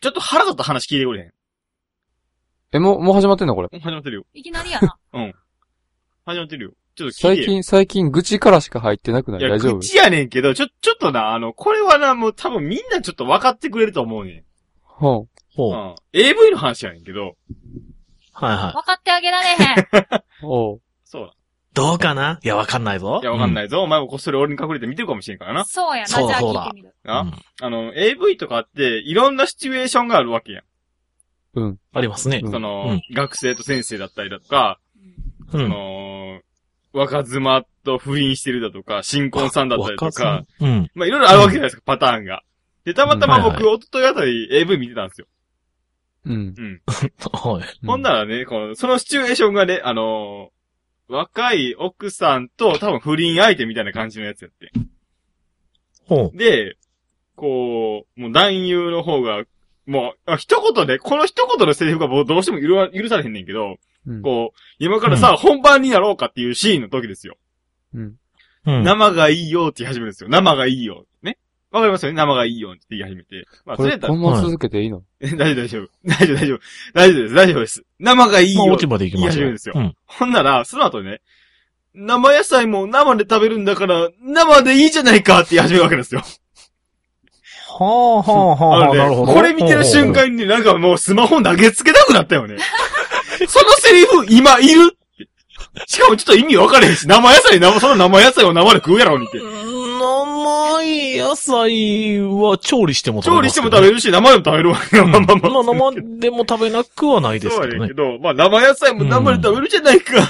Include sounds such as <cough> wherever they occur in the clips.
ちょっと腹立った話聞いてくれへん。え、もう、もう始まってんのこれ。もう始まってるよ。いきなりやな。 <laughs> 始まってるよ。ちょっと聞い最て。近、最近、愚痴からしか入ってなくないいや、大丈夫口やねんけど、ちょ、ちょっとな、あの、これはな、もう多分みんなちょっと分かってくれると思うねほう。ん。ほうう。ん。AV の話やねんけど、はいはい。分かってあげられへん。おう。そうどうかないや、わかんないだ。。ぞいや、分かんい。ないぞ。お前もこっそり俺に隠れて見てるかもしれんからな。そうやな。じゃそうだあそう聞だいてみる。うんな、あの、AV とかって、いろんなシチュエーションがあるわけやん。ありますね。うんその、うん学生と先生だったりだとか、うそん。の、若妻と不倫してるだとか、新婚さんだったりと若さかん、。うん。まあ、いろいろあるわけじゃないですか、パターンが。で、たまたまうんはい僕、おとといあたり AV 見てたんですよ。うん。はい。ほんならね、この、そのシチュエーションがね、あのー若い奥さんと多分不倫相手みたいな感じのやつやって。ほで、こう、もう男優の方が、もう、あ一言で、この一言のセリフがもうどうしても許わ許されへんねんけど、うん。こう、今からさ、本番になろうかっていうシーンの時ですよ。うん。う。うん。生がいいよって言い始めるんですよ。生がいいよ。ね。わかりますよね生がいいよって言い始めて。まあ、こそれやれ、ったらこんま続けていいの大丈夫、大丈夫。大丈夫、大丈夫。大丈夫です、大丈夫です。生がいいまあ、よ落。ち葉で行きましょ。いういですようん。ほんなら、その後ね、生野菜も生で食べるんだから、生でいいじゃないかって言い始めるわけですよ。はあ、はあ、はあ、のねなるほど。これ見てる瞬間になんかもうスマホ投げつけたくなった <laughs> よね。そのセリフ、今いるってしかもちょっと意味分かれへんし、生野菜、生、その生野菜を生で食うやろ、にて。生野菜は調理しても食べ調理ますしても食べるし、生でも食べるわけよ。まあまあまあ。まあ生でも食べなくはないですそうやけどねんねけ。ど、まあ生野菜も生で食べるじゃないか。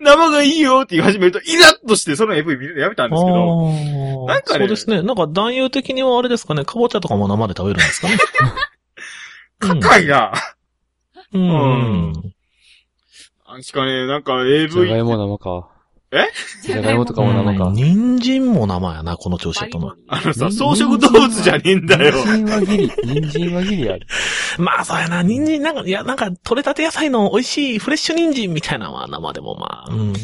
生がいいよって言い始めると、イラッとしてその AV 見るのやめたんですけど。ああなんかねそうですね。なんか男優的にはあれですかね、かぼちゃとかも生で食べるんで <laughs> すかね。うん高いな。うん。なんかね、なんかじゃが AV い、も生か。じじゃがいもとかうもん生か。人参も生やな、この調子だとな。あのさ、草食動物じゃねえんだよ。人参はギリ、人参はギリある。まあ、そうやな、人参、なんか、いや、なんか、取れたて野菜の美味しいフレッシュ人参みたいなのは生でもまあ、うん。う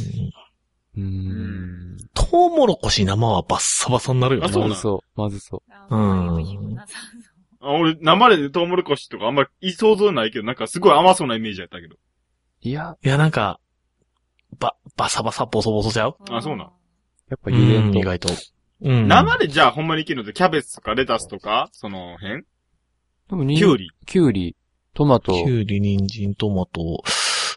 ーんん。トウモロコシ生はバッサバサになるよあそうまなね。のずそう、まずそうんあ俺、生でトウモロコシとかあんまり想像ないけど、なんかすごい甘そうなイメージやったけど。う。いや、いや、なんか、ば、バサバサボソボソちゃうあそうなやっぱうゆでんん、と意。外と。うん。生でじゃあほんまにいけるのってキャベツとかレタスとか、その辺でもにん、キュウリ。きゅうり、トマト、きゅうり、人参、トマト。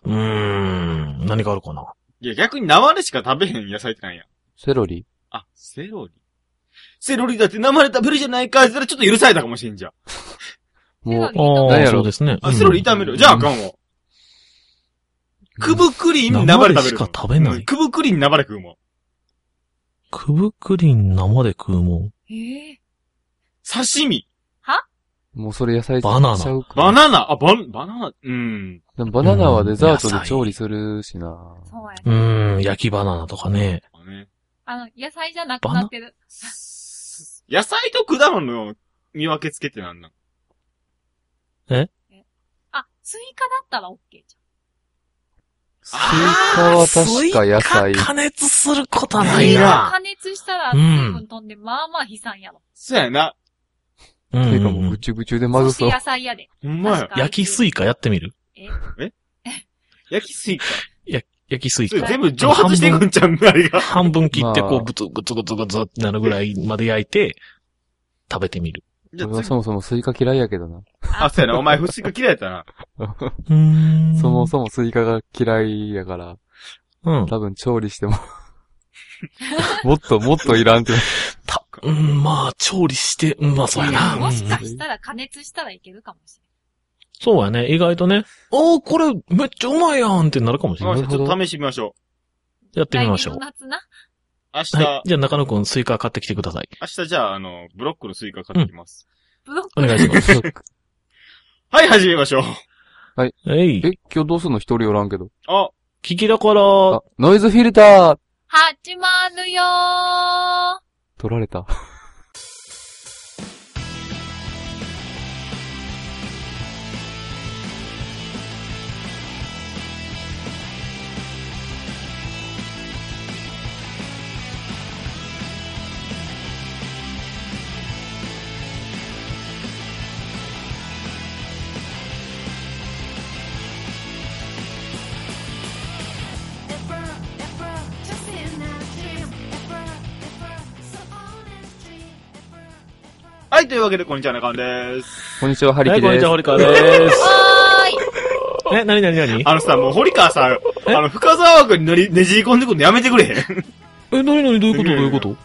うーん。何かあるかな。いや、逆に生でしか食べへん野菜ってなんや。セロリ。あ、セロリセロリだって生で食べるじゃないか、そしたらちょっと許されたかもしれんじゃん。もうセ、ロリ何やろそうですね。あ、セロリた炒める。じゃああかんわ。くぶくりん生で食べるの。生でしか食べないうんくぶくりん生で食うもん。くぶくりん生で食うもん。えー刺身。もうそれ野菜バナナちゃうかバナナ。あ、バン、バナナ。うん。でもバナナはデザートうん野で菜調理するしな。そうやうね。ーん、焼きバナナとかね。ねあの、野菜じゃなくなってる。野菜と果物の見分けつけってなんなんあ、スイカだったらオッケーじスイカは確か野スイ菜。カ加熱することはゃん。ないいなやな。加熱したら、う水ん分飛んで、まあまあ悲惨やろ。そうやな。うとんいうかもうぐちゅぐちゅでまそずしてそう。野菜やで。ほんまや確。か焼きスイカやってみるえ焼きスイカ。焼きスイそれカ。全部蒸発していくんちゃうんあれが。半分切って、まあこう、ぐつぐつぐつぐつってなるぐらいまで焼いて、食べてみる。じゃ俺あはそもそもスイカ嫌いやけどな。あ、そうやな。お前、不思議嫌いやったな。うーんそもそもスイカが嫌いやから、うん。多分調理しても。 <laughs> もっともっといらんって。た、うん、まあ、調理して、うんまあ、そうやな。もしかうんしたら加熱したらいけるかもしそうやね。意外とね、おー、これ、めっちゃうまいやんってなるかもしれあなちい。ょっと試してみましょやってれみん。ま来しょ年うの。夏な。う。明日、はい。じゃあ、中野くん、スイカ買ってきてください。明日じゃあ、あの、ブロックのスイカ買ってきます。ブロッおコリー願いします。はい、始めましょう。えいえ。、今日どうすんの一人おらんけど。あ、聞きだからあ、、ノイズフィルター始まるよー取られた。はい、というわけで、こんにちは、なかんです。こんにちは、ハリはキい、こんでにちすは、。堀川です。わーい。え、なになになにあのさ、もう、堀川さん、あの、深沢君に乗りねじり込んでくるのやめてくれへん。 <laughs> え、なになにどういうことどういうこと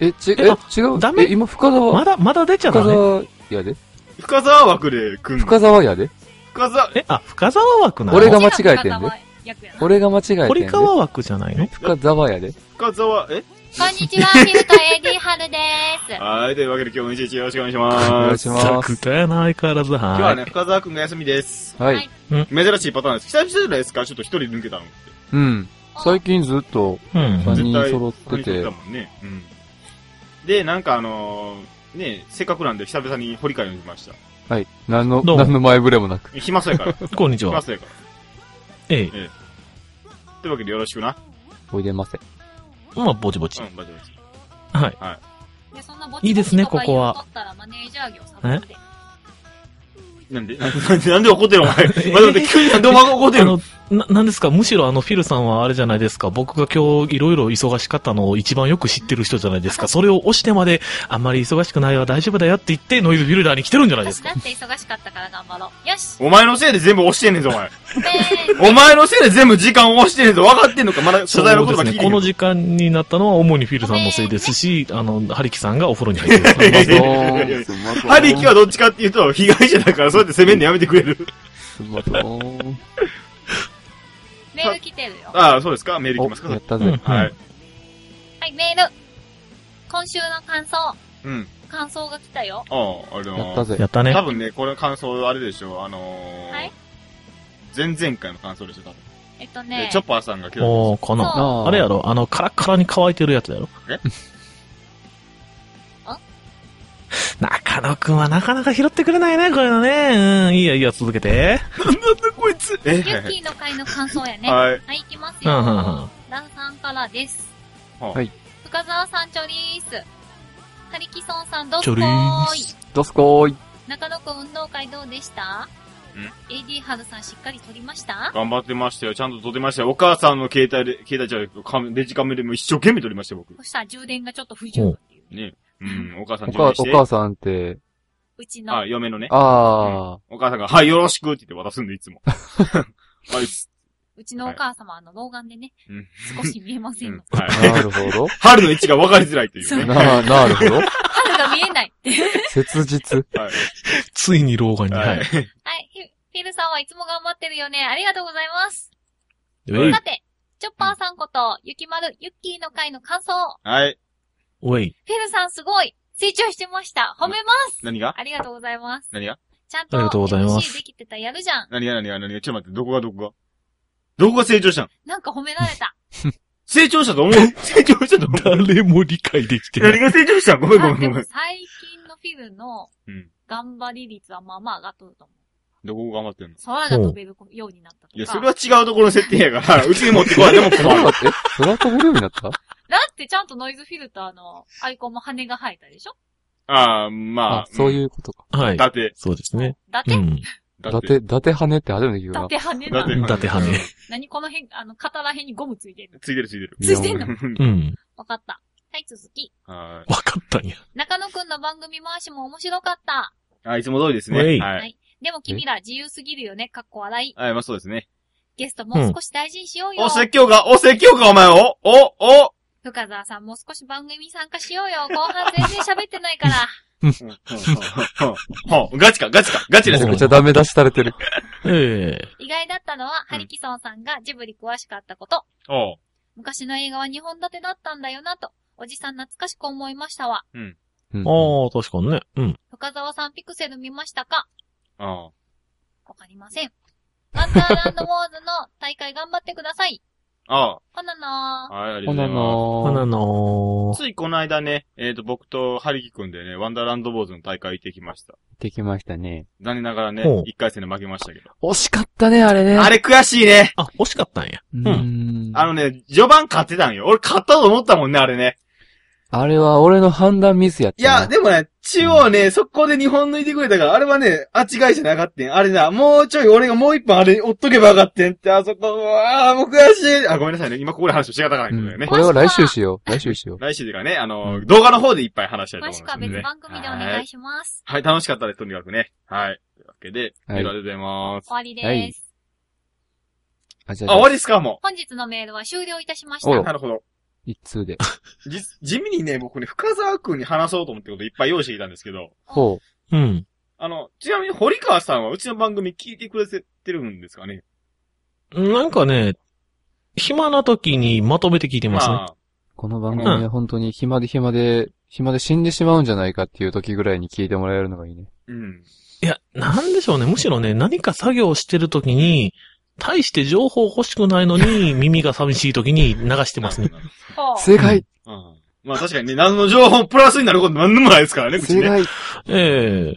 え、ち、え、えあ違う。ダメえ、今、深沢、まだ、まだ出ちゃダ深メ。沢やで深沢枠で組んで。深沢やで深沢、え、あ、深沢枠なの俺が間違えてんでこっちが役やな。俺が間違えてんね堀川枠じゃないの深沢やで。深沢、えこんにちは、フィルト AD ハルでーす。はい、というわけで、今日も一日よろしくお願いしお願まいす。しざまくす。だやな、相変わらず、今日ははね、深沢君が休みです。ははいい。珍しいパターンです。久々じゃないですかちょっと一人抜けたのって。うん。最近ずっとい。うん。三人揃っ三て人てだ、もんね。うん。で、なんかあのー、ね、せっかくなんで久々に堀川呼びました。はい。何の、どうも何の前触れもなく。暇そうやから。こんにち暇は。そうやから。ええ。というわけでよろしくな。おいでま <laughs> せ。まあ、ぼちぼちう。ん、バチバチ。はい。でそんなぼちぼちいいですねとかここは言うとったらマネージャー業探して。なんで、なんで、なんで怒ってるお前。まだって急になんでお前が怒ってあるのの、な、なんですかむしろあの、フィルさんはあれじゃないですか僕が今日いろいろ忙しかったのを一番よく知ってる人じゃないですかそれを押してまで、あんまり忙しくないわ、大丈夫だよって言って、ノイズビルダーに来てるんじゃないです私かだって忙しかったから頑張ろう。よし。お前のせいで全部押してんねんぞ、お前。えーお前のせいで全部時間を押してんねんぞ。分かってんのかまだ謝罪の言葉そ聞うでいてすね。へこんのの時間になったのは主にフィルさんのせいですし、あの、ハリキさんがお風呂に入って <laughs> るいやいすやいから。やいやすまハリキはどっちかっていうと、被害者だから、そうやって責めんのやめてくれる。すまそーん。メール来てるよ。はああ、そうですかメールいきますお、やかったうんぜ。はい。い、メール。今週の感想。うん。感想が来たよ。ああ、あれだやったな。ぜや。ったね多。分ね、これの感想、あれでしょ。あのーはい前々回の感想でしょ、多分。えっとでね。チョッパーさんが今日、おー、かそな。うあー。あれやろあの、カラッカラに乾いてるやつだろえあ中野くんはなかなか拾ってくれないね、こういうのね。うん、いいよいいよ、続けて。なんだこいつえ、ユッキーの回の感想やね。ははい。い、行きますうん、よ。うん、うラん。ンさんからです。はい深澤さん、チョリース。ハリキソンさん、どうちょぞりーーい。す。どすこーい。中野くん運動会どうでしたん ?AD ハルさんしっかり撮りました頑張ってましたよ。ちゃんと撮ってましたよ。お母さんの携帯で、携帯じゃなくてカメデジカメでも一生懸命撮りましたよ、僕。そしたら充電がちょっと不十分っていう。ね。うん、お母さん準お備かしおて。母さんって、うちのあ、、嫁のね。あお母さんが、はい、よろしくって言って渡すんで、いつも。はい、す。うちのお母様、あの、老眼でねうん、少し見えませうんんの。ー、はい。なるほど。春の位置が分かりづらいと <laughs> いうね。な、なるほど。春が見えないって。切実。はい。ついに老眼に。ははいはい。い、フィフィルさんはいつも頑張ってるよね。ありがとうございます。ウェイさ、て、チョッパーさんこと、ゆきまる、ゆっきーの回の感想。はい。ウェイ。フィルさんすごい成長してました褒めます何がありがとうございます。何がちゃんありがとうございます MC できてたやるじゃん。何が何が何がちょっと待って、どこがどこがどこが成長したのなんか褒められた。成長したと思う成長したと思う誰も理解できてない何。が成長した <laughs> んごめんごめあでんごめもん。最近のフィルのうん頑張り率はまあまあ上がっとると思う。どこが頑張ってんの空が飛べるようになったとか。いや、それは違うところの設定やから、うちに持ってこられてもえ、困る。空飛べるようになっただってちゃんとノイズフィルターのアイコンも羽が生えたでしょ <laughs> ああ、まああ、。そうういん。うことか。はい。だて。そうですね。だって、うん。伊だ達、伊達羽って初めて聞くだなっ。て羽だだって。伊達羽ね何この辺、あの、肩ら辺にゴムついてる。ついてるついて <laughs> る。ついてんのうん。わかった。はい、続き。はわかったんや。中野くんの番組回しも面白かった。い。あ、いつも通りですウェね。イはい。でも君ら自由すぎるよね。かっこ笑い。はい、まあそうですね。ゲストもう少し大事にしようよ。お説教が、お説教がお前を、お、 <laughs> お、深澤さんもう少し番組に参加しようよ。後半全然喋ってないから。ほんガチか、ガチか、ガチでめすちゃかくちゃダメ出しされてる。ええ。意外だったのは、ハリキソンさんがジブリ詳しかったこと。おう昔の映画は2本立てだったんだよなと、おじさん懐かしく思いましたわ。うんああ、確かにね。うん。深澤さんピクセル見ましたかあわかりません。ワンダーランドウォーズの大会頑張ってください。あ、ほなのー。はい、ありがほとうござないまのほなのす。ついこの間ね、えっと、僕とハリキ君でね、ワンダーランド坊主の大会行ってきました。できましたね。残念ながらねほう、一回戦で負けましたけど。惜しかったね、あれね。あれ悔しいね。あ、惜しかったんや。うーん。あのね、序盤勝ってたんよ。俺勝ったと思ったもんね、あれね。あれは俺の判断ミスやったいな。や、でもね、一応ね、そこで日本抜いてくれたから、あれはね、あっちがいじゃなかったん。あれだ、もうちょい、俺がもう一本あれ、追っとけばよかったんって、あそこ、ああ、もう悔しい。あ、ごめんなさいね。今ここで話をしがたかないんだよね。これは来週しよう。来 <laughs> 週しよう。来週というかね、あの、動画の方でいっぱい話したいと詳思いしくまはすので、別ね。番組でお願いします。はい、楽しかったです、とにかくね。はい。というわけで、はいありがとうございます。終わりです。はいあ、じあ、ゃ終あ、じゃわありですか、も本日のメールは終了いたしましおう。よた。なるほど。一通で。じ、地味にね、僕ね、深沢くんに話そうと思ってこといっぱい用意していたんですけど、ほうん。あの、ちなみに堀川さんはうちの番組聞いてくれてるんですかねなんかね、暇な時にまとめて聞いてますね。あ、う。この番組は本当に暇で暇で、暇で死んでしまうんじゃないかっていう時ぐらいに聞いてもらえるのがいいね。うん。いや、なんでしょうね。むしろね、何か作業してる時に、大して情報欲しくないの <laughs> に、耳が寂しい時に流してますね。なるほう正解ほど。うんまあ確かにね、何の情報プラスになることなんでもないですからね、うち正ね。解ええ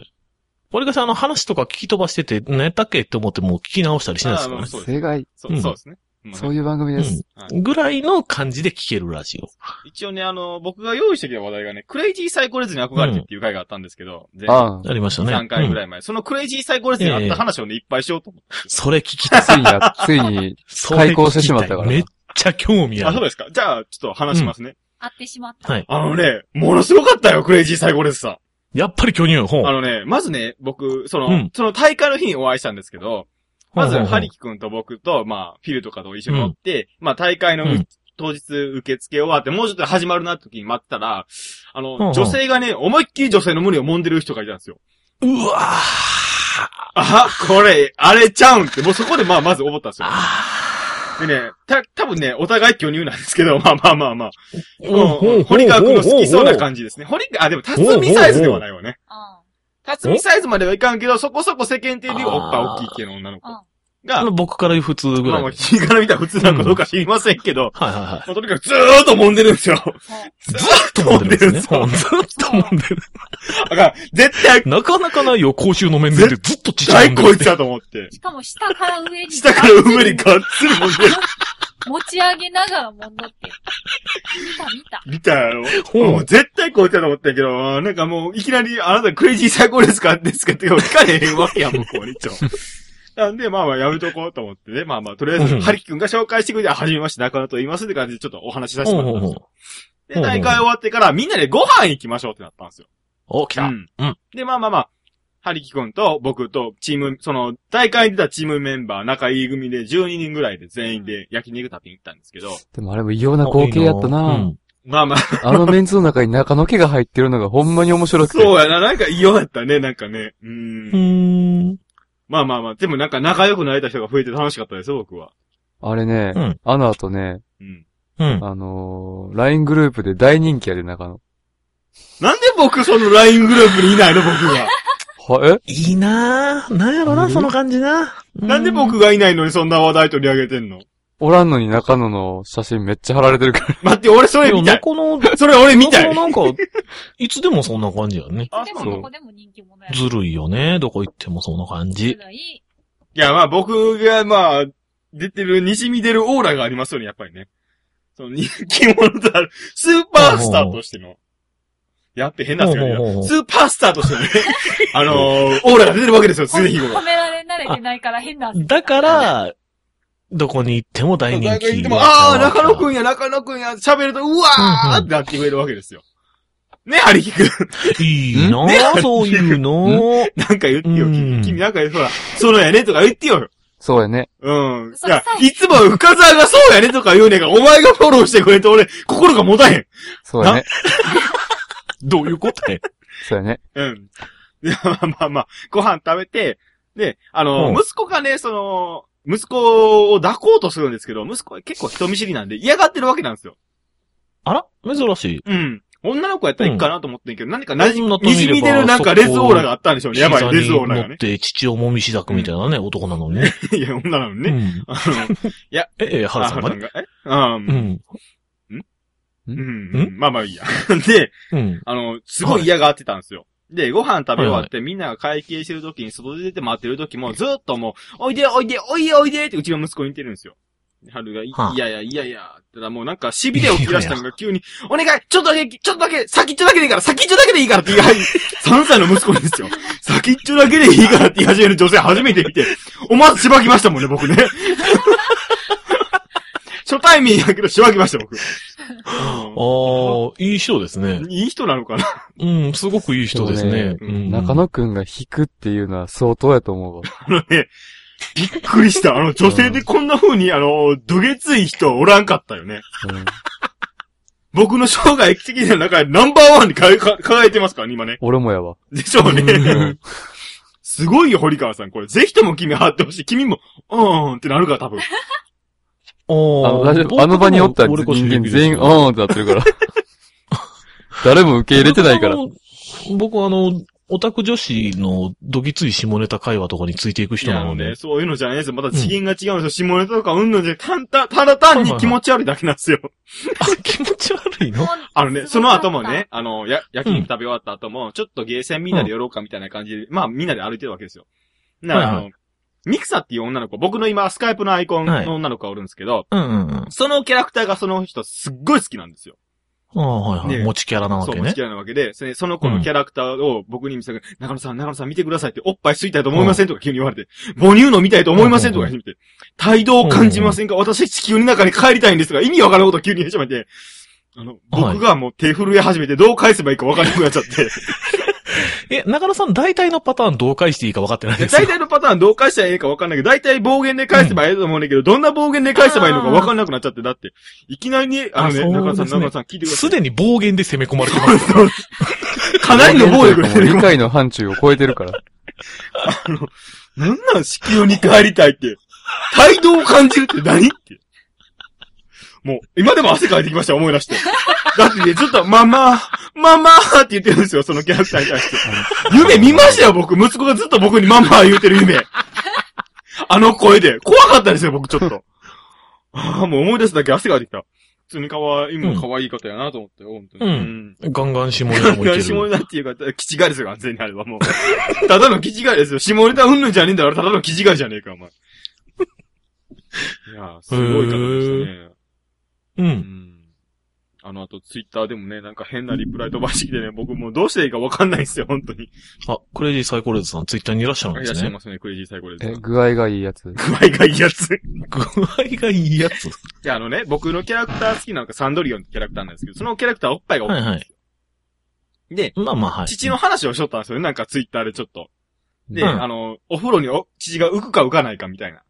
俺がさ、あの話とか聞き飛ばしてて、何やったっけって思ってもう聞き直したりしないですかあまあらね。そうです。正解そうそうですね。まあそういう番組です。うんぐらいの感じで聞けるラジオ。一応ね、あの、僕が用意してきた話題がね、クレイジーサイコレズに憧れてっていう回があったんですけど、で、ああ、ありましたね。 3回ぐい。らい前、そのクレイジーサイコレズにあった話をね、いっぱいしようと思って。それ聞き <laughs> たい。ついにや、ついに、それ聞き開講してしまったからめっちゃ興味ああ、そうる。ですか。じゃあ、ちょっと話しますね。会ってしまった。はい。あのね、ものすごかったよ、クレイジーサイコレズさん。やっぱり巨乳、本。あのね、まずね、僕、その、うんその大会の日にお会いしたんですけど、まず、ほうほうほうハリキ君と僕と、まあ、フィルとかと一緒に乗って、まあ、大会のう、うん当日受付終わって、もうちょっと始まるなって時に待ってたら、あの、ほうほう女性がね、思いっきり女性の無理を揉んでる人がいたんですよ。うわーあ、これ、あれちゃうんって、もうそこでまあ、まず思ったんですよ。あでね、た、多分ね、お互い巨乳なんですけど、まあまあまあまあ。ーうんうん堀川君の好きそうな感じですね。堀川、あ、でも、辰巳サイズではないわね。辰巳サイズまではいかんけど、そこそこ世間体で言うおっぱい大きい系の女の子あがあ、の僕から言う普通ぐまらあい。まはあ、い君から見たら普通なのかどうか知りませんけど、はいはい。まあとにかくずーっと揉んでるんですよ。ずっと飲んでるんですね。 <laughs> そうずっと飲んでる。だから、絶対、なかなかないよ、公衆の面でずっとちっちゃい飲大んでこるいつだと思ってうん。。しかも下から上に。下から上にがっつり揉んでる。持ち上げながらもんどって。見た見た。みたいなの。ほうもう絶対こいつだと思ったけど、なんかもういきなり、あなたクレイジーサイコレスかですかって聞かれへんわけやん、向こうに <laughs> 一応。なんで、まあまあやめとこうと思ってね。まあまあ、とりあえず、うんハリキ君が紹介してくれて、あはじめまして、中野と言いますって感じでちょっとお話しさせてもらったんですよ。で、うんうんうん大会終わってからみんなでご飯行きましょうってなったんですよ。お、来た。うん。うんで、まあまあまあ、ハリキ君と僕とチーム、その、大会に出たチームメンバー、仲いい組で12人ぐらいで全員で焼肉食べに行ったんですけど、でもあれも異様な光景やったうなんまあまあ、あのメンツの中に中野家が入ってるのがほんまに面白くて。 <laughs> そうやな、なんか異様やったね、なんかね。うーんう。ーん。まあまあまあ、でもなんか仲良くなれた人が増えて楽しかったですよ、僕は。あれね、うんあの後ね、うん。うん。あのー、LINE グループで大人気やで、中野。なんで僕その LINE グループにいないの、僕 <laughs> が。は、えいいなぁ。なんやろな、うんその感じな。なんでうん僕がいないのにそんな話題取り上げてんのおらんのに中野の写真めっちゃ貼られて <laughs> るから。待って、俺それいや、見たい。中野、それ俺見た中野い。なんか、いつでもそんな感じやね。あでそもうどこでも人気者や。ずるいよね。どこ行ってもそんな感ずじ。るい。いや、まあ僕が、まあ、出てる、にじみ出るオーラがありますよね、やっぱりね。その人気者とある、スーパースターとしての。やっべ、変な世界だほうほうほうスーパースターとしてのね、 <laughs> あのー、オーラが出てるわけですよ、常日頃褒。められ慣れてないから変な。だから、どこに行っても大人気。でも、ああ、中野くんや、中野くんや、喋ると、うわうんーうんってなってくれるわけですよ。ね、ハリキくん。 <laughs> いいなぁ、そういうの。なんか言ってよ、う君。ん君なんか言う、ほら、そうやねとか言ってよ。そうやね。うん。いそうやそ、ういつも深沢がそうやねとか言うねんが、お前がフォローしてくれて俺、心が持たへん。そうやね。 <laughs> どういうことね。そうやね。うん。 <laughs> でまあまあまあ、ご飯食べて、で、あの、うん息子がね、その、息子を抱こうとするんですけど、息子は結構人見知りなんで嫌がってるわけなんですよ。あら珍しい。うん。女の子やったらいいかなと思ってんけど、何かなじそんなみ、とこにいれじばみ出るなんかレズオーラがあったんでしょうね。やばい、レズオーラ膝がに乗ねっ。て、父をもみしだくみたいなね、男なのにね。いや、女なのにね。うんあの、え、え、原さんがあね。が、えあうーん。うん。んうん。まあまあいいや。 <laughs> で、うん。あの、すごい嫌がってたんですよ。で、ご飯食べ終わって、みんなが会計してる時に、外で出て待ってる時も、ずっともう、おいでおいで、おいでおいでってうちの息子に言ってるんですよ。春がい、はいやいやいやいや、ってなもうなんか、しびれを切らしたのが急に、お願いちょっとだけ、ちょっとだけ、先っちょだけでいいから、先っちょだけでいいからって言い始め、3歳の息 <laughs> 子にですよ。先っちょだけでいいからって言い始める女性初めて見て、思わずしばきましたもんね、僕ね。 <laughs> 初対面やけど、しばきました、 <laughs> 僕。うああ、いい人ですねん。いい人なのかなうん、すごくいい人ですね。でうもねん中野くんが引くっていうのは相当やと思うわ。あのね、びっくりした。あの、女性でこんな風に、あの、どげつい人おらんかったよね。うん僕の生涯的な中でナンバーワンに輝か輝いてますからね、今ね。俺もやわ。でしょううねん。すごいよ、堀川さん。これ、ぜひとも君貼ってほしい。君も、うーんってなるから、多分。ああの大丈ー夫あの場におった人俺こそ間平気です全員、あーんってなってるから。誰も受け入れてないから。。僕はあの、オタク女子のどぎつい下ネタ会話とかについていくい人や、なあののでね、。そういうのじゃないですよ。また次元が違うんですよ。下ネタとかうんぬんじゃ、たんた、ただ単に気持ち悪いだけなんですよ。あ、気持ち悪いのあのね、その後もね、あの、や、焼肉食べ終わった後も、ちょっとゲーセンみんなで寄ろうかみたいな感じで、まあみんなで歩いてるわけですよ。なら、はいあはいの、ミクサっていう女の子、僕の今スカイプのアイコンはいの女の子がおるんですけど、うんうんうん。そのキャラクターがその人すっごい好きなんですよ。ああ、はいはねい。持ちキャラなわそう、け持ねち。キャラなわけで、それその子のキャラクターを僕に見せたから、中野さん、中野さん見てくださいって、おっぱい吸いたいと思いませんとか急に言われて、 <laughs> 母乳飲みたいと思いませんとか言って、態度を感じませんか私地球の中に帰りたいんですが、意味わからんことを急に言い始めて、あの、はい僕がもう手震え始めてどう返せばいいかわからなくなっちゃ <laughs> って、え、中野さん大体のパターンどう返していいか分かってないでです大よ。体のパターンどう返したらいいか分かんないけど、大体暴言で返せばいいと思うんだけど、どんな暴言で返せばいいのか分かんなくなっちゃって、だって、いきなりね、あのね、あそう中野さん、ですね中野さん聞いてくださすい。でに暴言で攻め込まれてます。 <laughs> かなりの暴力もでう理解の範疇を超えてるから。なんなん子宮に帰りたいって。態度を感じるって何って。もう、今でも汗かいてきました、思い出して。だってね、ずっと、ママ、ママって言ってるんですよ、そのキャラクターに対して。夢見ましたよ、僕。息子がずっと僕にママ言うてる夢。あの声で。怖かったですよ、僕ちょっと。ああ、もう思い出すだけ汗が出てきた。普通に可愛い、今可愛い方やなと思って、本当に。うんガンガン下ネタもいけ何下る。ネタっていうか、キチガイですよ、完全にあれはもう。 <laughs> ただのキチガイですよ。下ネタうんぬんじゃねえんだから、ただのキチガイじゃねえか、お前。いやー、すごい方でしたね。うう。んん。あの後、ツイッターでもね、なんか変なリプライ飛ばしてきてね、僕もうどうしていいかわかんないですよ、本当に。あ、クレイジーサイコレーズさんツイッターにいらっしゃるんいでらっすしゃいね。ますね、クレイジーサイコレーズえ、さん。具合がいいやつ。具合がいいやつ。い具合がいいやつ。や、あのね、僕のキャラクター好きなのがサンドリオンってキャラクターなんですけど、そのキャラクターはおっぱいが大きいんですよ。で、まあまあはい。父の話をしとったんですよね、なんかツイッターでちょっと。で、うんあの、お風呂にお父が浮くか浮かないかみたいな。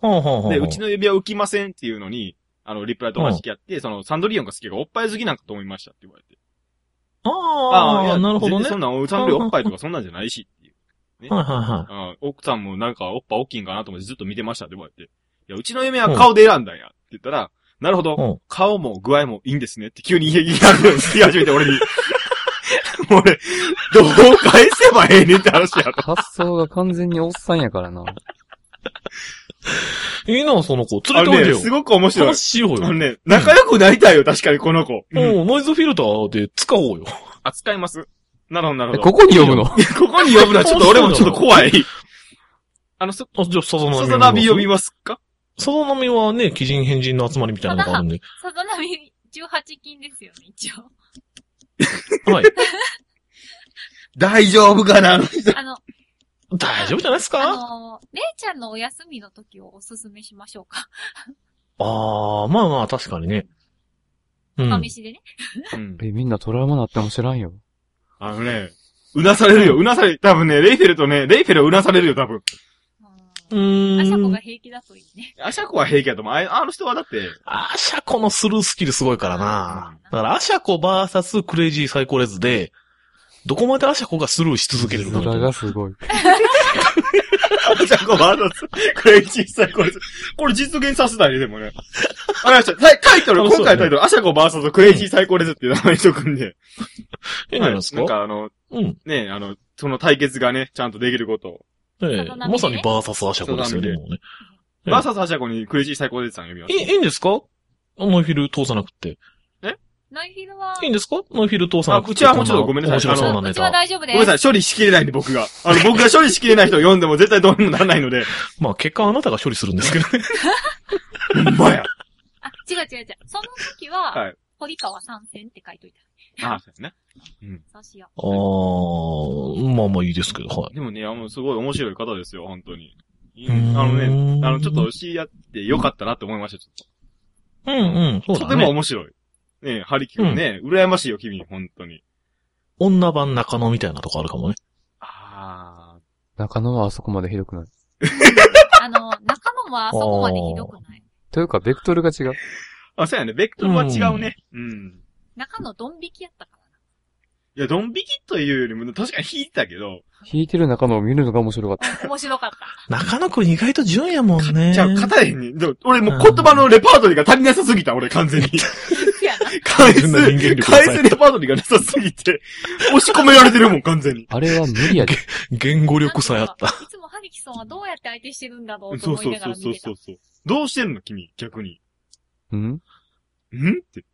ほうほうほうほう。で、うちの指輪浮きませんっていうのに、あの、リプライと同じき合って、その、サンドリオンが好きがおっぱい好きなんかと思いましたって言われて。あーあー、なるほど全ね。然そんはいなん、 <laughs> サンドリオンおっぱいとかそんなんじゃないしっていう。はいはあー奥さんもなんかおっぱい大きいんかなと思ってずっと見てましたって言われて。いや、うちの嫁は顔で選んだんや。って言ったら、なるほうんど。顔も具合もいいんですねって急に言い始めて俺に。 <laughs> もう俺、どう返せばええねんって話やと。発想が完全におっさんやからな。い。いいな、その子。あ連れてのおいでね、よ。すごく面白い話。しようあの。よね、仲良くなりたいよ、確かにこの子。うん、ノイズフィルターで使おうよ。扱います。なるほど、なるえ、ほど。ここに呼ぶのいやここに呼ぶのはちょっと俺もちょっと怖い。あの、そ、あ、じゃあ、サザナミ。そそなび呼びますかサザナミはね、鬼人変人の集まりみたいなのがあるんで。さざ波18金ですよね、一 <laughs> 応。はい。大丈夫かなあの、大丈夫じゃないですあかのー、姉ちゃんのお休みの時をおすすめしましょうか。ああ、まあまあ、確かにね。うファんミ。シでね。うんえ、みんなトラウマなっても知らんよ。あのね、うなされるよ、うなされる。多分ね、レイフェルとね、レイフェルはうなされるよ、多分。ううん。あさこーがん。平気だといいね。アシャコは平気やと思う。ああの人はだって、アシャコのスルースキルすごいからな。だから、アシャコバーサスクレイジーサイコレズで、どこまでアシャコがスルーし続けれるか面がすごい。アシャコはあの、クレイジーサイコレス。これ実現させたいね、でもね。あれ、タイタイトル、今楽しそう回だのタイトねル、アシャコバーサスクレイジーサイコレスっていう名前にしとくんで。いいんじゃないですかなんかあの、うん。ね、あの、その対決がね、ちゃんとできることを。えサえザナミねまさにバーサスアシャコですよサザナミね。でもうねうんバーサスハシャコにクレイジーサイコレスさん呼びまいす。い、いいんですかノイフィル通さなくて。ノイフィルはいい、んですかノイフィル通さなくて。あうちはもうちょっとごめんなさい面白あそうのなうネうちはタ。大丈夫でごめんなす。さい、処理しきれないんで僕が。あの、僕が処理しきれない人を読んでも絶対どうにもならないので。 <laughs> まあ、結果あなたが処理するんですけどね。ほんまや。あ、違う違う違う。その時は、はい堀川参戦って書いといた。ああ、そうですね。そうしよあー、まあまあいいですけど、はい。でもね、あの、すごい面白い方ですよ、本当に。あのね、あの、ちょっと知り合ってよかったなって思いました、ちょっと。うんうん、そうとだてもね。面白い。ねハリキ君ね、羨ましいよ、君、本当に。女版中野みたいなとこあるかもね。ああ。中野はあそこまでひどくない。う。あの、中野もあそこまでひどくない。というか、ベクトルが違う。あ、そうやね、ベクトルは違うね。うん。中野ドン引きやったからな。いや、ドン引きというよりも、確かに引いてたけど、弾いてる中野を見るのが面白かった。面白かった。中野くん意外と純やもんね。じゃあ、勝たれへんね。でも俺もう言葉のレパートリーが足りなさすぎた、俺、完全に。せやな。 <laughs> 返す、純な人間力返すレパートリーがなさすぎて、押し込められてるもん、 <laughs> 完全に。あれは無理やで。言語力さやった。いつもハリキソンはどうやって相手してるんだろうとそう思いそうながそうらそ見うてたそう。。どうしてんの、君、逆に。んんって。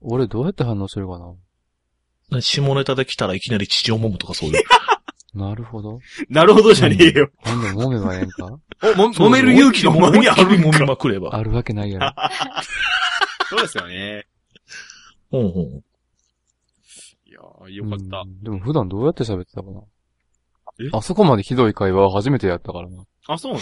俺どうやって反応するかな下ネタで来たらいきなり地上もむとかそ <laughs> ういう。なるほど。なるほどじゃねえよ。なんで揉めばええんかお、も、揉める勇気がお前にあるんもみか。まくれば。あるわけないやろ。そうですよね。うんうん。いやー、よかったう。んでも普段どうやって喋ってたかなえあそこまでひどい会話は初めてやったからな。あ、そう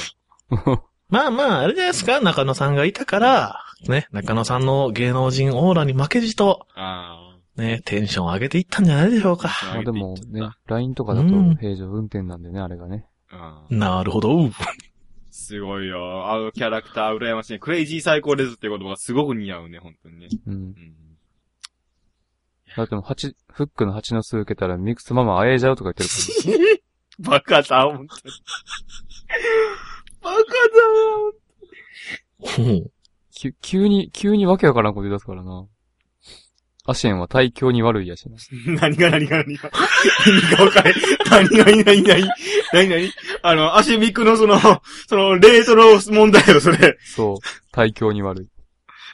なのまあまあ、あれじゃないですか、中野さんがいたから、ね、中野さんの芸能人オーラに負けじと、あね、テンション上げていったんじゃないでしょうか。ーまあでもね、LINE とかだと平常運転なんでね、あれがね。あーなるほど。すごいよ。あのキャラクター羨ましいね。クレイジー最高ですって言葉がすごく似合うね、本当にね。うん。うんだってもう蜂、フックの蜂の巣受けたらミックスママ会えちゃうとか言ってる <laughs> か <laughs> バカだ、本当に。バカだうんら。き急に、急にわけわからんこと言い出すからな。アシエンは体調に悪いやしな。 <laughs> 何が何が何が何がわかる何が何が何が何が何があの、アシミックのその、その、レートの問題よ、それ。そう。体調に悪い。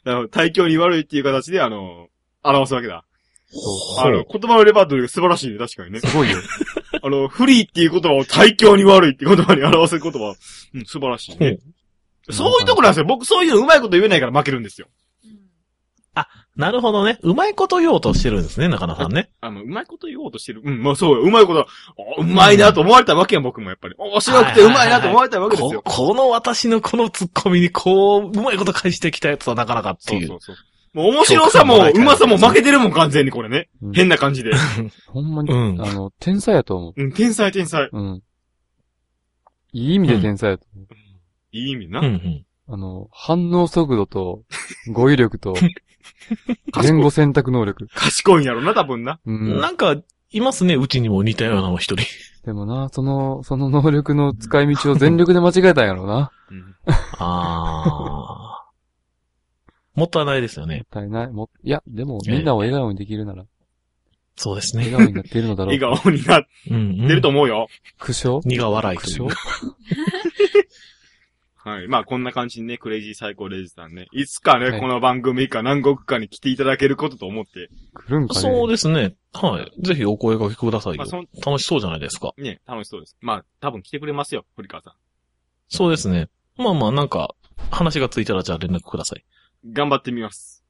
あの、体調に悪いっていう形で、あの、表すわけだ。ほあの、う言葉のレパートリーが素晴らしいね、確かにね。すごいよ。 <laughs> あの、フリーっていう言葉を体調に悪いって言葉に表す言葉、うん、素晴らしいね。そういうところなんですよ。僕、そういうのうまいこと言えないから負けるんですよ。うん。なるほどね。うまいこと言おうとしてるんですね、中野さんね。あの、うまいこと言おうとしてる。うん、まあそうよ。うまいこと、おうまいなと思われたわけや、僕もやっぱり。面白くてうまいなと思われたわけですこよ。この私のこのツッコミにこう、うまいこと返してきたやつはなかなかってそうい。そううそう。もう面白さも、うまさも負けてるもん、完全にこれね。うん変な感じで。ほんまに、うんあの、天才やと思うん、天才天才。う。うん。いい意味で天才やと思う。いい意味うな。んうん。あの、反応速度と、 <laughs> 語彙力と、賢言い語選択能力。賢いんやろな、多分な。うん。なんか、いますね、うちにも似たようなの一人。でもな、その、その能力の使い道を全力で間違えたんやろうな。うんあー。 <laughs> もったいないですよもっね。たいない。も、いや、でも、ええみんなを笑顔にできるなら、そうです笑ね。顔になっているのだろう笑。顔になっうん、うてん。ると思うよ。苦笑苦笑い苦という笑。はい。まあ、こんな感じにね、クレイジー最高レイジさんね。いつかはね、いこの番組か南国かに来ていただけることと思って、来るんかね。そうですね。はい。ぜひお声掛けくださいまよあ、。そん、楽しそうじゃないですか。ね、楽しそうです。まあ、多分来てくれますよ、堀川さそうですね。まあまあ、なんか、話がついたらじゃあ連絡ください。ん。頑張ってみます。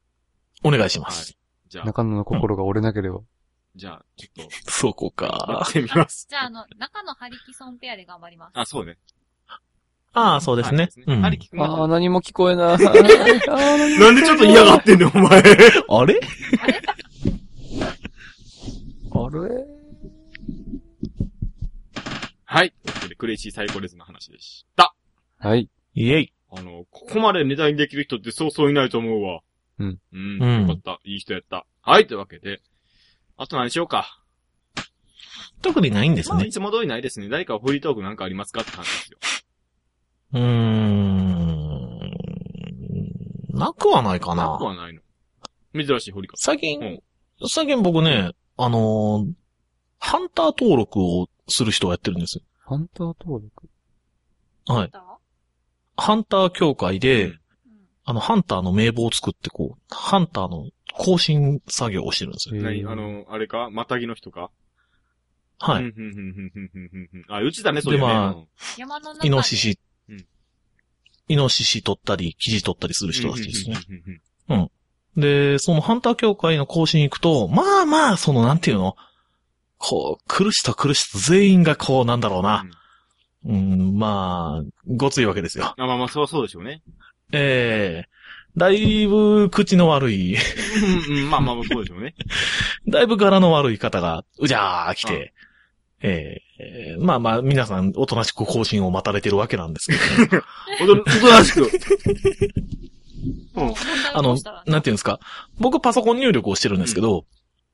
お願いします。じゃあ、中野の心が折れなければ。じゃあ、ちょっそこと、やかっ。てみます。じゃあ、あの、中野ハリキソンペアで頑張ります。あ、そうね。ああ、そうですね。うん。ありきくんああ、な。何も聞こ <laughs> えない。あー何もなんでちょっと嫌がってんねん、お前。あれあれはい。ということで、クレイジーサイコレズの話でした。はい。イェイ。あの、ここまでネタにできる人ってそうそういないと思うわ。うん。うん。うんよかった。いい人やった。はい、というわけで。あと何しようか。特にないんですまあ、ねい。つも通りないですね。誰かフリートークなんかありますかって話ですよ。うーん。なくはないかなくな。はないの。珍しい、堀川さ最う近ん、最近僕ね、あのーハンター登録をする人をやってるんですよ。ハンター登録はい。どハンター協会で、うんううん。あの、ハンターの名簿を作って、こう、ハンターの更新作業をしてるんですよ。ん。何えーあの、あれかまたぎの人かはうい。んうんうんうんうんうんうんあ、うちだね、そういうでまあね。山の中イにノシシうん。イノシシ取ったり、キジ取ったりする人らしいですね。うんうんうんうんで、そのハンター協会の講師に行くと、まあまあ、その、なんていうのこう、来る人来る人全員がこう、なんだろうな。うん、まあ、ごついわけですよ。あ、まあまあ、そりゃそうでしょうね。ええだいぶ、口の悪い、 <laughs> うんうんまあまあまあ、そうでしょうね。だいぶ柄の悪い方が、うじゃー来て、ええまあまあ、皆さん、おとなしく更新を待たれてるわけなんですけど、おとおとなしく。問題あをの起こしたら、ねなんていうんですか、僕パソコン入力をしてるんですけど、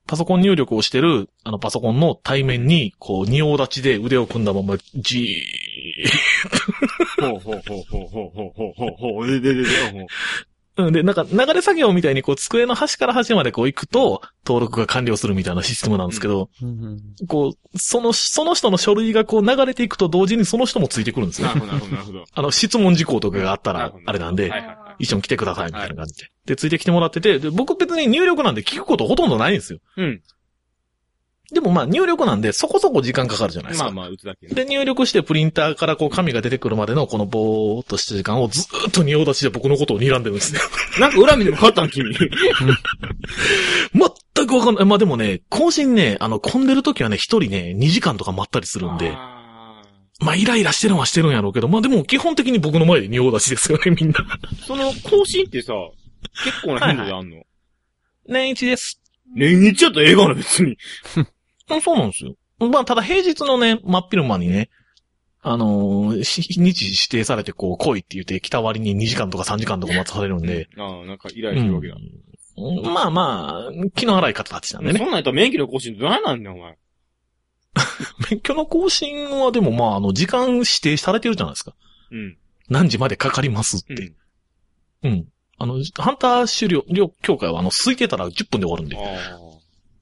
パソコン入力をしてる、あの、パソコンの対面に、こう、仁王立ちで腕を組んだまま、じほうほうほうほうほうほうほうほうほう。でででで、ほうー。うんで、なんか、流れ作業みたいに、こう、机の端から端までこう行くと、登録が完了するみたいなシステムなんですけど、こう、その、その人の書類がこう流れていくと同時にその人もついてくるんですよな。るほど、なるほど、なるほど。あの、質問事項とかがあったなるらほど、あれなんでは、いはいはい。一緒に来てくださいみたいな感じで。で、ついてきてもらってて、で僕別に入力なんで聞くことほとんどないんですよ。うん。でもまあ入力なんでそこそこ時間かかるじゃないですまか。あまあ、打つだけね。で、入力してプリンターからこう紙が出てくるまでのこのぼーっとした時間をずーっと仁王立ちで僕のことを睨んでるんですね。 <laughs> なんか恨みでも勝ったん、君。 <laughs> 全くわかんない。まあでもね、更新ね、あの混んでる時はね、一人ね、2時間とか待ったりするんで、あまあイライラしてるのはしてるんやろうけど、まあでも基本的に僕の前で仁王立ちですよね、みんな。ーその、更新ってさ、結構な頻度であんの。 <laughs> 年一です。年日やったらええがな、別に。うんそうなんですよ。まあ、ただ平日のね、真っ昼間にね、あのーし日指定されてこう来いって言って来た割に2時間とか3時間とか待たされるんで。ああ、なんか依頼してるわけだ。うんまあまあ、気の荒い方たちなんでそね。んなんやったら免許の更新って何なんねん、お前。 <laughs> 免許の更新はでもまあ、あの、時間指定されてるじゃないですか。うん。何時までかかりますっうて。ん。うん。あの、ハンター終了、了協会はあの、空いてたら10分で終わるんで。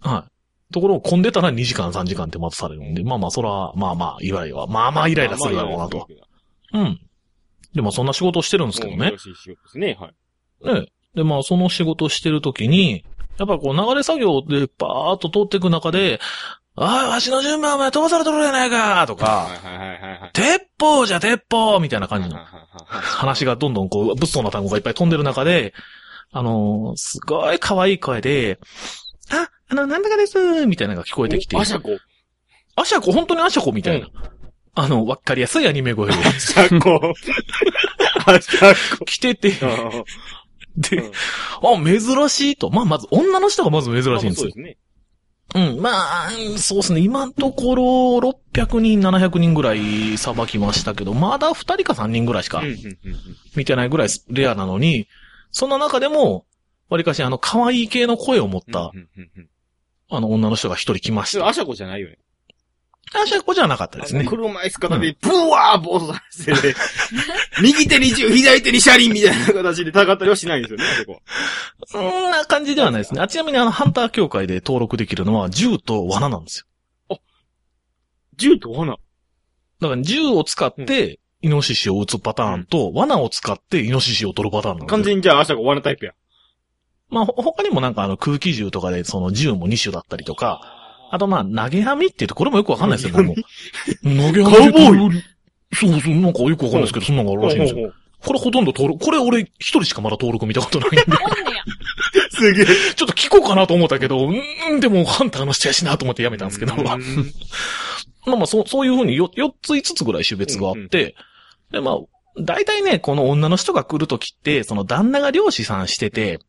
あはい。ところを混んでたら2時間3時間って待たされるんで、まあまあ、そら、まあまあ、イライラは、まあまあ、イライラするだろうなと。。うん。で、まあそんな仕事をしてるんですけどね珍。しい仕事ですね、はい。ねで、まあその仕事をしてるときに、やっぱこう流れ作業でバーっと通っていく中で、ああ、わしの順番お前飛ばされとるやないかとはか、いはいはいはいはい。鉄砲じゃ鉄砲みたいな感じの話が。がどんどんこう、物騒な単語がいっぱい飛んでる中で、あのーすごい可愛い声で、あ、あの、なんだかですみたいなのが聞こえてきて。アシャコ。アシャコ、本当にアシャコみたいな。あの、わっかりやすいアニメ <laughs> 声でアシャコ。アシャ来てて、コ。で、あ、珍しいと。まあ、まず、女の人がまず珍しいんですそうよで。すね。うん、まあ、そうですね。今のところ、600人、700人ぐらいさばきましたけど、まだ2人か3人ぐらいしうかんうんうんうん見てないぐらいレアなのに、その中でも、わりかし、あの、可愛い系の声を持った、うんうんうんうんあの、女の人が一人来ましそれた。アシャコじゃないよね。あ、じゃあ、こじゃなかったですあねの。車椅子片手に、ブワー暴走させ <laughs> て、右手に銃、左手に車輪みたいな形でたかったりはしないんですよね、あそこ。そんな感じではないですね。あ、ちなみに、あの、ハンター協会で登録できるのは、銃と罠なんですよ。銃と罠。だから、銃を使って、イノシシを撃つパターンと、罠を使って、イノシシを取るパターンなんですよ完全にじゃあアシャコ罠タイプや。まあ、ほ他にもなんかあの空気銃とかでその銃も2種だったりとか、あとまあ、投げ網っていうとこれもよくわか <laughs> んないですよ、僕も。投げカウボーイそうそう、なんかよくわかんないですけど、そんなのがあるらしいんですよ。これほとんど登録、これ俺一人しかまだ登録見たことないんで、おんねや。すげえ。ちょっと聞こうかなと思ったけど、うーん、でもハンターの人やしなと思ってやめたんですけど、うまあんまあ、そう、そういうふうに 4, つ5つぐらい種別があって、でまあ、大体ね、この女の人が来るときって、その旦那が漁師さんしてて、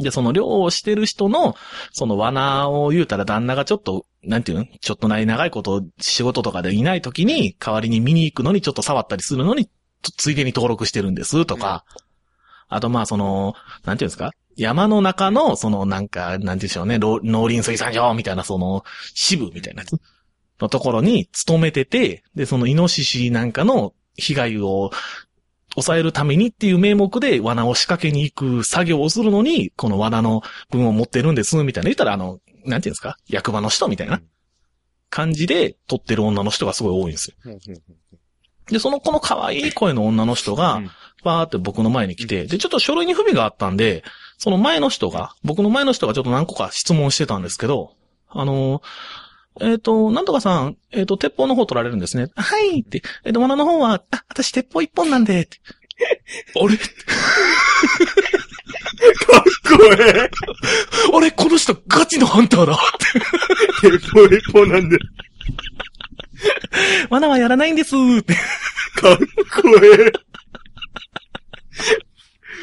で、その漁をしてる人の、その罠を言うたら旦那がちょっと、なんていうんちょっとない長いこと仕事とかでいないときに、代わりに見に行くのにちょっと触ったりするのに、つついでに登録してるんです、とか。あと、まあ、その、なんていうんですか山の中の、その、なんか、なんて言うんでしょうね、ろ農林水産業みたいな、その、支部みたいなやつのところに勤めてて、で、そのイノシシなんかの被害を抑えるためにっていう名目で罠を仕掛けに行く作業をするのに、この罠の分を持ってるんです、みたいな。言ったら、あの、なんていうんですか役場の人みたいな感じで撮ってる女の人がすごい多いんですよ。で、その子の可愛い声の女の人が、バーって僕の前に来て、で、ちょっと書類に不備があったんで、その前の人が、僕の前の人がちょっと何個か質問してたんですけど、あのーえっ、と、なんとかさん、えっ、 <laughs> と、鉄砲の方取られるんですね。はいって、えっ、と、罠の方は、あ、私鉄砲一本なんで、ってあれかっこええあれこの人ガチのハンターだ鉄砲一本なんで、 <laughs> 罠はやらないんですって。かっこええ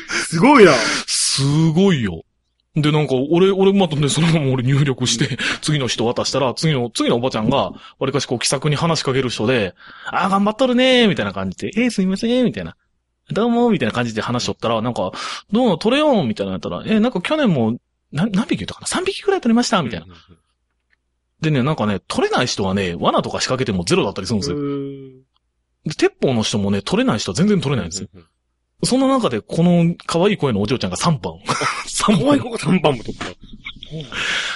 すごいな。すごいよ。で、なんか、俺、俺、またね、そのまま俺入力して、次の人渡したら、次の、次のおばちゃんが、わりかしこう気さくに話しかける人で、あー頑張っとるねー、みたいな感じで、えー、すいません、みたいな。どうも、みたいな感じで話しとったら、なんか、どうも、取れよん、みたいなのやったら、えー、なんか去年も、な、何匹言ったかな ?3 匹くらい取れました、みたいな。。でね、なんかね、取れない人はね、罠とか仕掛けてもゼロだったりするんですよ。で、鉄砲の人もね、取れない人は全然取れないんですよ。そんな中で、この可愛い声のお嬢ちゃんが3番。3 <laughs> 怖い番。ここ3番も取った。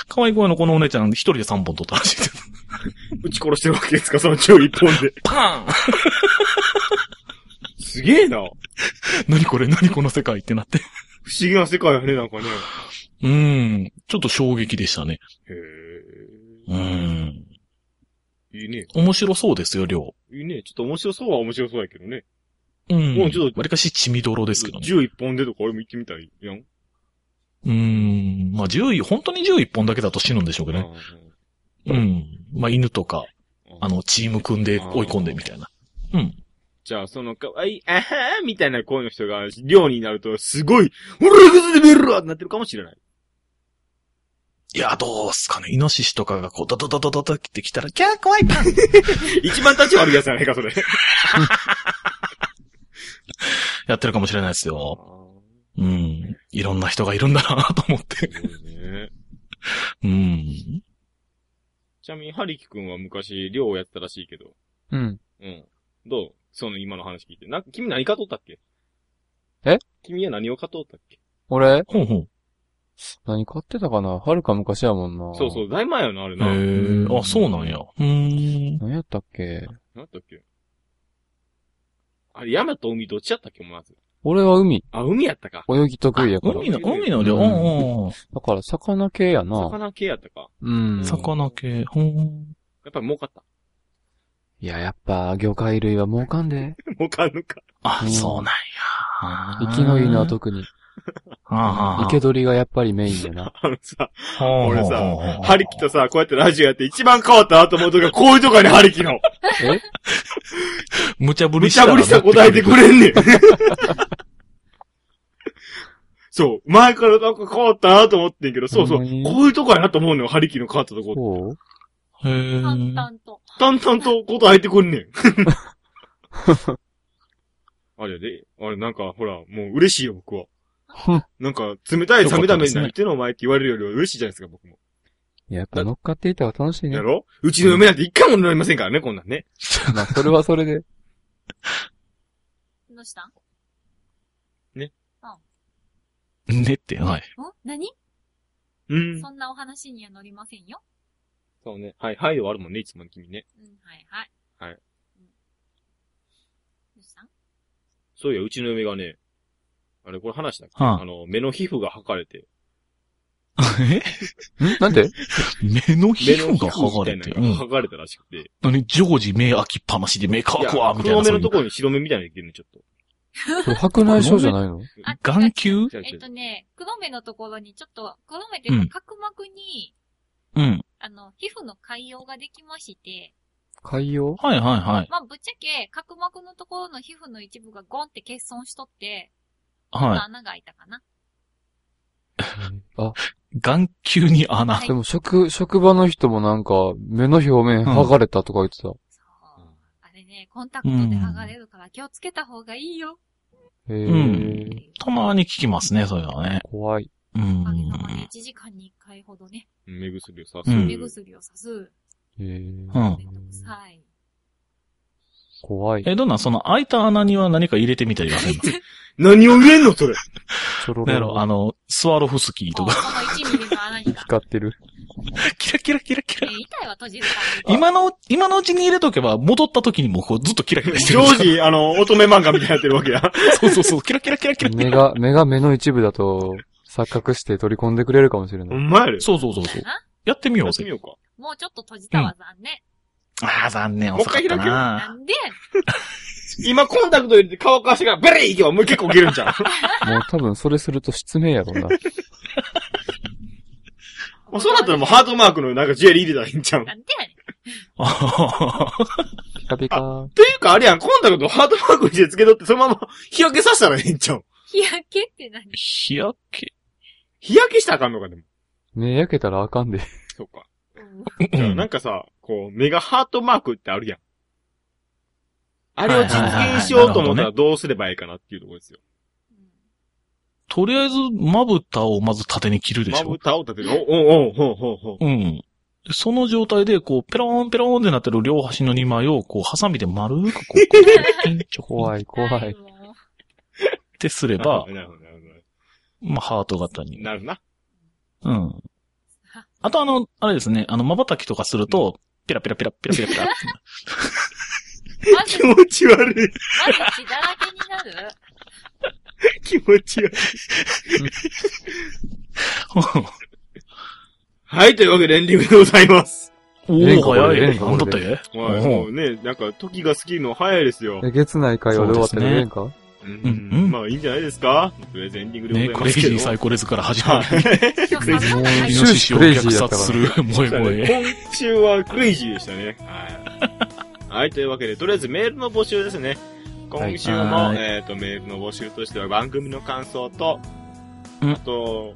可愛い声のこのお姉ちゃん、一人で3本取ったらしいです。撃ち殺してるわけですか、その銃一本で。パーンすげえな。何これ何この世界ってなって。不思議な世界やね、なんかね。うーん。ちょっと衝撃でしたね。へうーん。え。いいね。面白そうですよ、量。いいね。ちょっと面白そうは面白そうやけどね。うん。もうちょっとわりかし血みどろですけどね。銃一本でとか俺も行ってみたらいいやん。うーん。まあ、銃、本当に銃1本だけだと死ぬんでしょうけどね。ううんん。まあ、犬とか、ああの、チーム組んで追い込んでみたいな。うん。じゃあ、その、かわいい、あはーみたいな声の人が、量になると、すごい、俺が崩れるわってなってるかもしれない。いや、どうすかね。イノシシとかがこう、ドドドドドドってきたら、キャー怖いパン一番立ち悪いやつじゃないか、そ <laughs> れ。やってるかもしれないですよ。うん。いろんな人がいるんだなと思って。ねうん。ちなみに、ハリキ君は昔、量をやってたらしいけど。うん。うん。どうその今の話聞いて。な、君何買っとったっけえ君は何を買っとったっけ俺、ほうほう。何買ってたかなはるか昔やもんな。。そうそうう、だいぶ前よな、あれへな。え、あ、そうなんや。うーん。何やったっけ何だったっけあれ、山と海どっちやったっけ、まず。俺は海、あ、海やったか。泳ぎ得意やから。海の、海の量、うんうんうん。だから魚系やな。魚系やったか。うん。魚系、ほん。やっぱり儲かった。いや、やっぱ魚介類は儲かんで。 <laughs> 儲かんのか。あう、んそうなんや。生きのいいのは特に。ああ。生け捕りがやっぱりメインで <laughs> な。あのさ、ほうほうほう、俺さほうハリキとさ、こうやってラジオやって一番変わったなと思うときは、こういうとこやね、ハリキ <laughs> の。え無茶ぶ無り茶ぶりした答えてく。れ <laughs> んねん。そう。前からなんか変わったなと思ってんけど、そうそう。ほこうんまにいうとこやなと思うのよ、ハリキの変わったとこ。そうへえ。淡々と。淡々と答えてくんね <laughs> ん。あれやで、あれなんか、ほら、もう嬉しいよ、僕はふん。なんか、冷たい冷めた目になってのお前って言われるよりは嬉しいじゃないですか、僕も。いや、やっぱ乗っかっていたら楽しいねや。ろうちの嫁なんて一回も乗りませんからね、こんなんね。まあ、それはそれで。どうしたんねって、はい。何うん。そんなお話には乗りませんよ。そうね。はい、はい、はあるもんね、いつもの君ね。うん、はい、はい。はいうん。どうしたんそういや、うちの嫁がね、あれ、これ話したっけ、はああの、目の皮膚が剥がれて、えんなん <laughs> で目の皮目の膚が剥がれてみた。るいなのが剥がれたらしくて、何常時目開きっぱなしで目乾くわ、みたい黒な。目そうのいとうころに白目みたいなのできるの、ちょっと。それ白内障じゃないのあ眼球違うえ違っうとね、黒目のところにちょっと、黒目っていうか角膜に、うん。あの、皮膚の海洋ができまして、海洋はいはいはい。まあ、ぶっちゃけ、角膜のところの皮膚の一部がゴンって欠損しとって、は穴が開いたかな。あ、い。眼球に穴。でも職、職場の人もなんか、目の表面剥がれたとか言ってた。そう。あれね、コンタクトで剥がれるから気をつけた方がいいよ。へうえ、んたまに聞きますね、そういうのはね。怖い。うおかげさまでん1。時間に1回ほどね、目薬をさ、うん目薬をさす。へえ、うんめんどくさい。怖い。え、どんなんその開いた穴には何か入れてみたりはせんの何を入れんの、それ。ちょろ <laughs> なんやろ、あろ。の、スワロフスキーあ、とこのか。 1ミリの穴にだ。光ってる。キラキラキラキえラー、。痛いは閉じるから。 <laughs> 今の、今のうちに入れとけば、戻った時にもこうずっとキラキラして常る。時、あの、乙女漫画みたいになってるわけや。 <laughs> そうそうそう、キラキラキラキラ。目 <laughs> が、目が目の一部だと、錯覚して取り込んでくれるかもしれほない。んまやで。そうそうそうそう。なやってみよやうってみぜ。ようか。もうちょっと閉じたわ、残念。ああ、残念。もう一回遅かったななんで今コンタクト入れて乾かしてから、ベリーいけばもう結構いけるんじゃん。もう多分それすると失明や <laughs> ろうな。もうそうなったらもうハートマークのなんかジュエリー入れたらいいんじゃん。っなんでやねん。 <laughs> ピカピカ。ていうかあれやん、コンタクトハートマークにして付け取ってそのまま日焼けさせたらいいんじゃん。日焼けって何日焼け。日焼けしたらあかんのか、でも。目焼けたらあかんで。そうか。うんなんかさ、こう、目がハートマークってあるやん。あれを実現しようと思ったらどうすればいいかなっていうところですよ。とりあえず、まぶたをまず縦に切るでましょぶ。たを立てる。お、お、お、ほうほうほう。うん。その状態で、こう、ペローンペローンってなってる両端の2枚を、こう、ハサミで丸くこ <laughs> う、ピンチョコっ怖い、怖い。もてすれば、なるほど、なるほど。まあ、ハート型に。なるな。うん。あと、あの、あれですね、あの、瞬きとかすると、ピラピラピラピラピラピラ。う <laughs> マジ、気持ち悪い。マジ血だらけになる気持ち悪い。はい、というわけでエンディングでございます。 <laughs> おええんー、かこれ早ええい。んかなんだこってれはい、もうね、なんか時が過ぎるの早いですよ。えげつない会話で終わってるそうですねええんかうんんうんまあいいんじゃないですかとりあえずエンディングでね、ございクレまイすけジど。ーサイコレズから始まる。はい。クレイジーもうはいイノシシを虐殺する、萌え萌え。今週はクレイジーでしたね。はい。はい、というわけで、とりあえずメールの募集ですね。今週の、はいえっ、と、メールの募集としては番組の感想と、うんあと、そ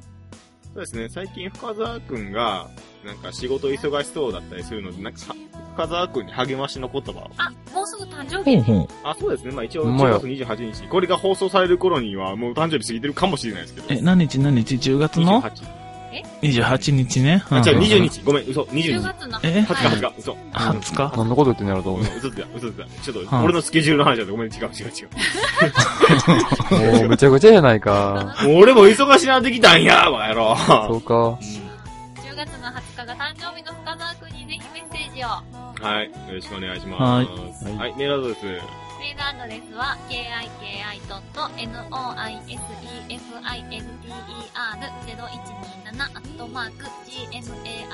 うですね、最近深澤くんが、なんか仕事忙しそうだったりするので、なんかさ、深澤くんに励ましの言葉を。あ、もうすぐ誕生ほ日ん。ほん。あ、そうですね、まあ一応ほんま1や月28日、これが放送される頃にはもう誕生日過ぎてるかもしれないですけど。え、何日何日 ?10 月の ?28。 28日ね。あ、違う、うん20日。ごめん、嘘、20日。10月のえ20日、20日、嘘。 20日何のこと言ってんやろうとう思ん <laughs> っ嘘つだ、嘘つだ。ちょっと、はい俺のスケジュールの話だとごめん、違う、違う、違う。て。もうぐちゃぐちゃやないか。もう俺も忙しなってきたんや、バカ野郎。そうか。 10月の20日が誕生日の深澤くんにぜひメッセージを。はい、よろしくお願いします。ははい。はい、メールアドレス。メールアドレスは、kikiter0127-gmail.com、キ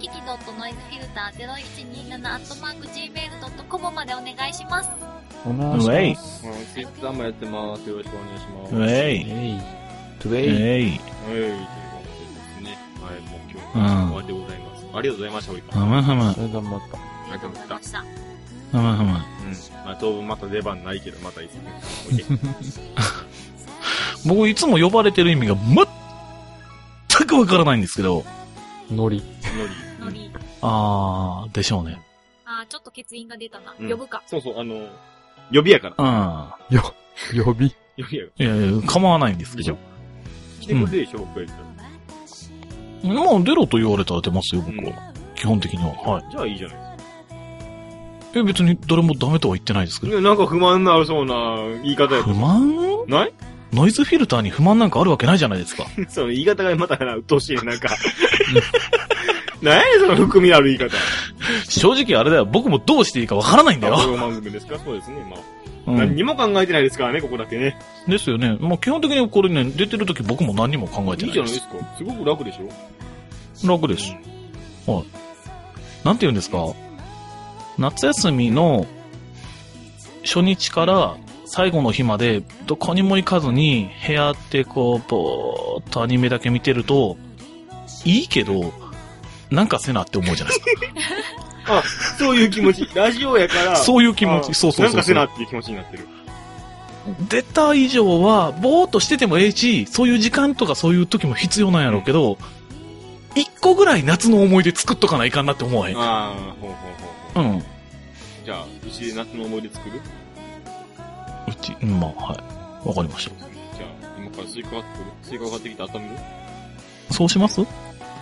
キ .noisefilter0127-gmail.com までお願いします。おうえい。うん、ツイッターもやってます。よろしくお願いします。うえい。えい。トゥエイ。えい。はい、ということでですね。はい、もう今日は終わりでございます。ありがとうございました、おいはまはまそ。れ頑張った。ありがとうございました。はまはま。うん。まあ、当分また出番ないけど、またいつね。おいで僕いつも呼ばれてる意味が全くわからないんですけど。ノリ。ノノリ。リ。あー、でしょうね。あー、ちょっと欠員が出たな。うん呼ぶか。そうそう、あの、予備やから。うん。予備。予備やかいやいや、構わないんですけでしょど。ら。来てくれるでしょ、僕が言ったらまあ、出ろと言われたら出ますよ、僕うんは。基本的には。はい。じゃあいいじゃないえ、別に誰もダメとは言ってないですけど。ねなんか不満のあるそうな言い方や不満ないノイズフィルターに不満なんかあるわけないじゃないですか。 <laughs> その言い方がまたな、鬱陶しいねなん <laughs> か。何やねんその含みのある言い方。正直あれだよ、僕もどうしていいかわからないんだパよフ。ォーマンスですかそうですね。まあ、うん何にも考えてないですからね、ここだけね。ですよね。まあ、基本的にこれね、出てる時僕も何にも考えていいないじゃで。ないですすか。すごく楽でしょ楽です。なんて言うんですか夏休みの初日から最後の日までどこにも行かずに部屋ってこう、ぼーっとアニメだけ見てると、いいけど、なんかせなって思うじゃないですか。そういう気持 <laughs> ち。ラジオやから。そういう気持あち、そうそうそうそう。なんかせなっていう気持ちになってる。出た以上は、ぼーっとしててもええし、そういう時間とかそういう時も必要なんやろうけど、一個ぐらい夏の思い出作っとかないかんなって思わへん。うああ、ほうほうほうほん。うう。じゃあ、うちで夏の思い出作るち、うんまあ、はい。わかりましじゃあ、今からスイカ買ってくるスイカ買ってきて温めるた。そうします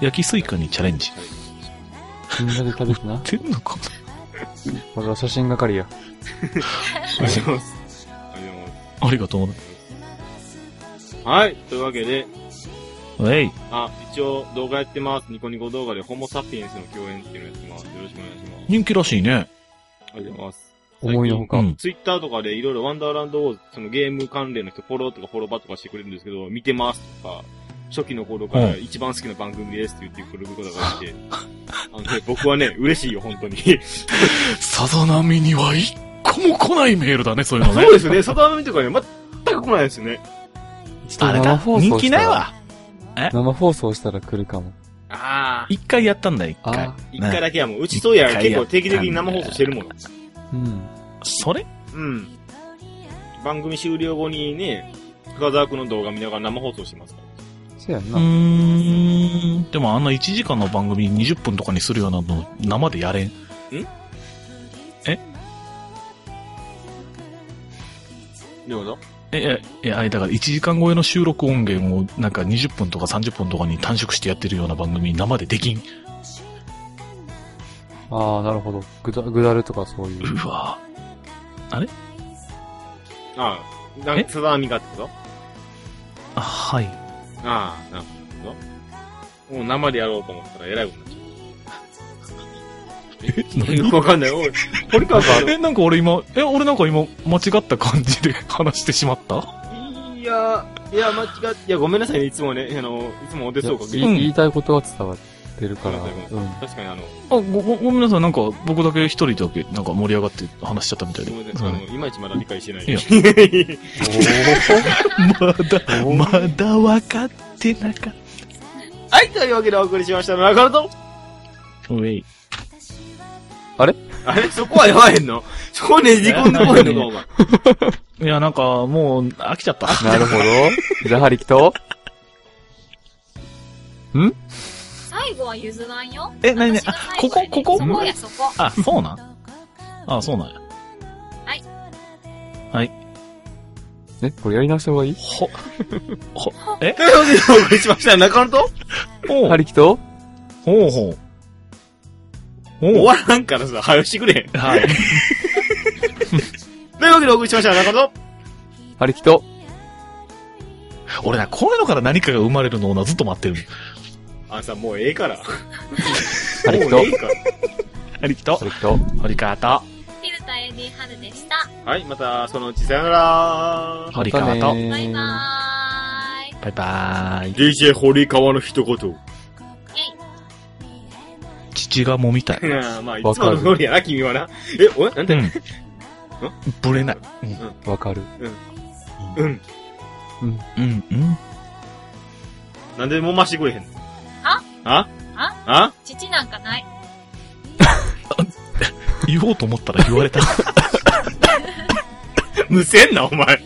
焼きスイカにチャレンジ。みんなで食べて <laughs> な。てんのか俺は写真係や。ありがとうございます。ありがとうございありがとう。ます。はい、というわけで、えい。あ、一応動画やってます。ニコニコ動画でホモサピエンスの共演っていうのやってます。よろしくお願いします。人気らしいね。ありがとうございます。思いのほか。うんツイッターとかでいろいろワンダーランドウォーズ、そのゲーム関連の人フォローとかフォローバーとかしてくれるんですけど、見てますとか、初期の頃から一番好きな番組ですって言ってくれることが <laughs> 来て、あのね、僕はね、嬉しいよ、本当に。さざ波には一個も来ないメールだね、そういう <laughs> のね。そうですよね、サダミとかね、全く来ないですよね。ちあれか、人気ないわ。生放送したら来るかも。ああ。一回やったんだ、一あ回。一回だけはもう、うちそういや結構定期的に生放送してるもの。うん。それうん。番組終了後にね、深沢くんの動画見ながら生放送してますから。そうやんうな。ーん。でもあんな1時間の番組20分とかにするようなの生でやれん。どうぞ。え、え、え、あれだから1時間超えの収録音源をなんか20分とか30分とかに短縮してやってるような番組生でできん。ああ、なるほど。ぐだ、ぐだるとかそういう。うわああ。なえサダミがあったぞ。あ、はい。ああ、なるほど。もう生でやろうと思ったら偉いことになった。よくわかんない。おい、堀川さん。 <laughs> え、なんか俺今、え、俺なんか今間違った感じで話してしまったいや、いや、間違って、いや、ごめんなさいね、いつもね、あの、いつもお手いや数をかけ言て。いうん言いたいことは伝わってるから。ごめんなさいごうん。確かにあの、あ、ご、ご、ごめんなさい。なんか僕だけ一人だけなんか盛り上がって話しちゃったみたいすで。みませうんん、あの、いまいちまだ理解してない。いや <laughs> おーまだ、まだ分かってなかっ <laughs> はい、というわけでお送りしましたのは、中野と。た。ウェイ。あれそこはやばいのそこねじ込んでこい <laughs> のか、お前。いや、なんかもう飽きちゃ <laughs> った。なるほど。じゃあ、ハリキと、最後は譲らんよ。え、なにな私にが最あ、後こやこね、ここそこや、そこ。あ、そうなんあ、そうなんや。ね、これやり直した方がいいほ、ほ、というわけでお送りしましたのは、中野と。ほハう、リキと、ほうほう。ほ <laughs> 終う。わらんからさ、はよしてくれ。はい。 <laughs> というわけでお送りしましたのは、中野と。ハリキと、俺な、こういうのから何かが生まれるのをな、ずっと待ってるの。あんさ、もうええから。もハうリキと、ええハから。ハリキと、リキと。堀川と、フィルター AD 春でした。はい、また、そのうちさよなら。堀川またと、ねーバイバーイ。バイバーイ。 DJ 堀川の一言。父がもみ <laughs> たい。 <laughs> まあ、いつもの通りやな、君はな。え、おやなんうて、ん。ぶれない。わかる。うん。うん、うん。なんでもましてくれへんのああああ父なんかない。言おうと思ったら言われた。むせんな、お前。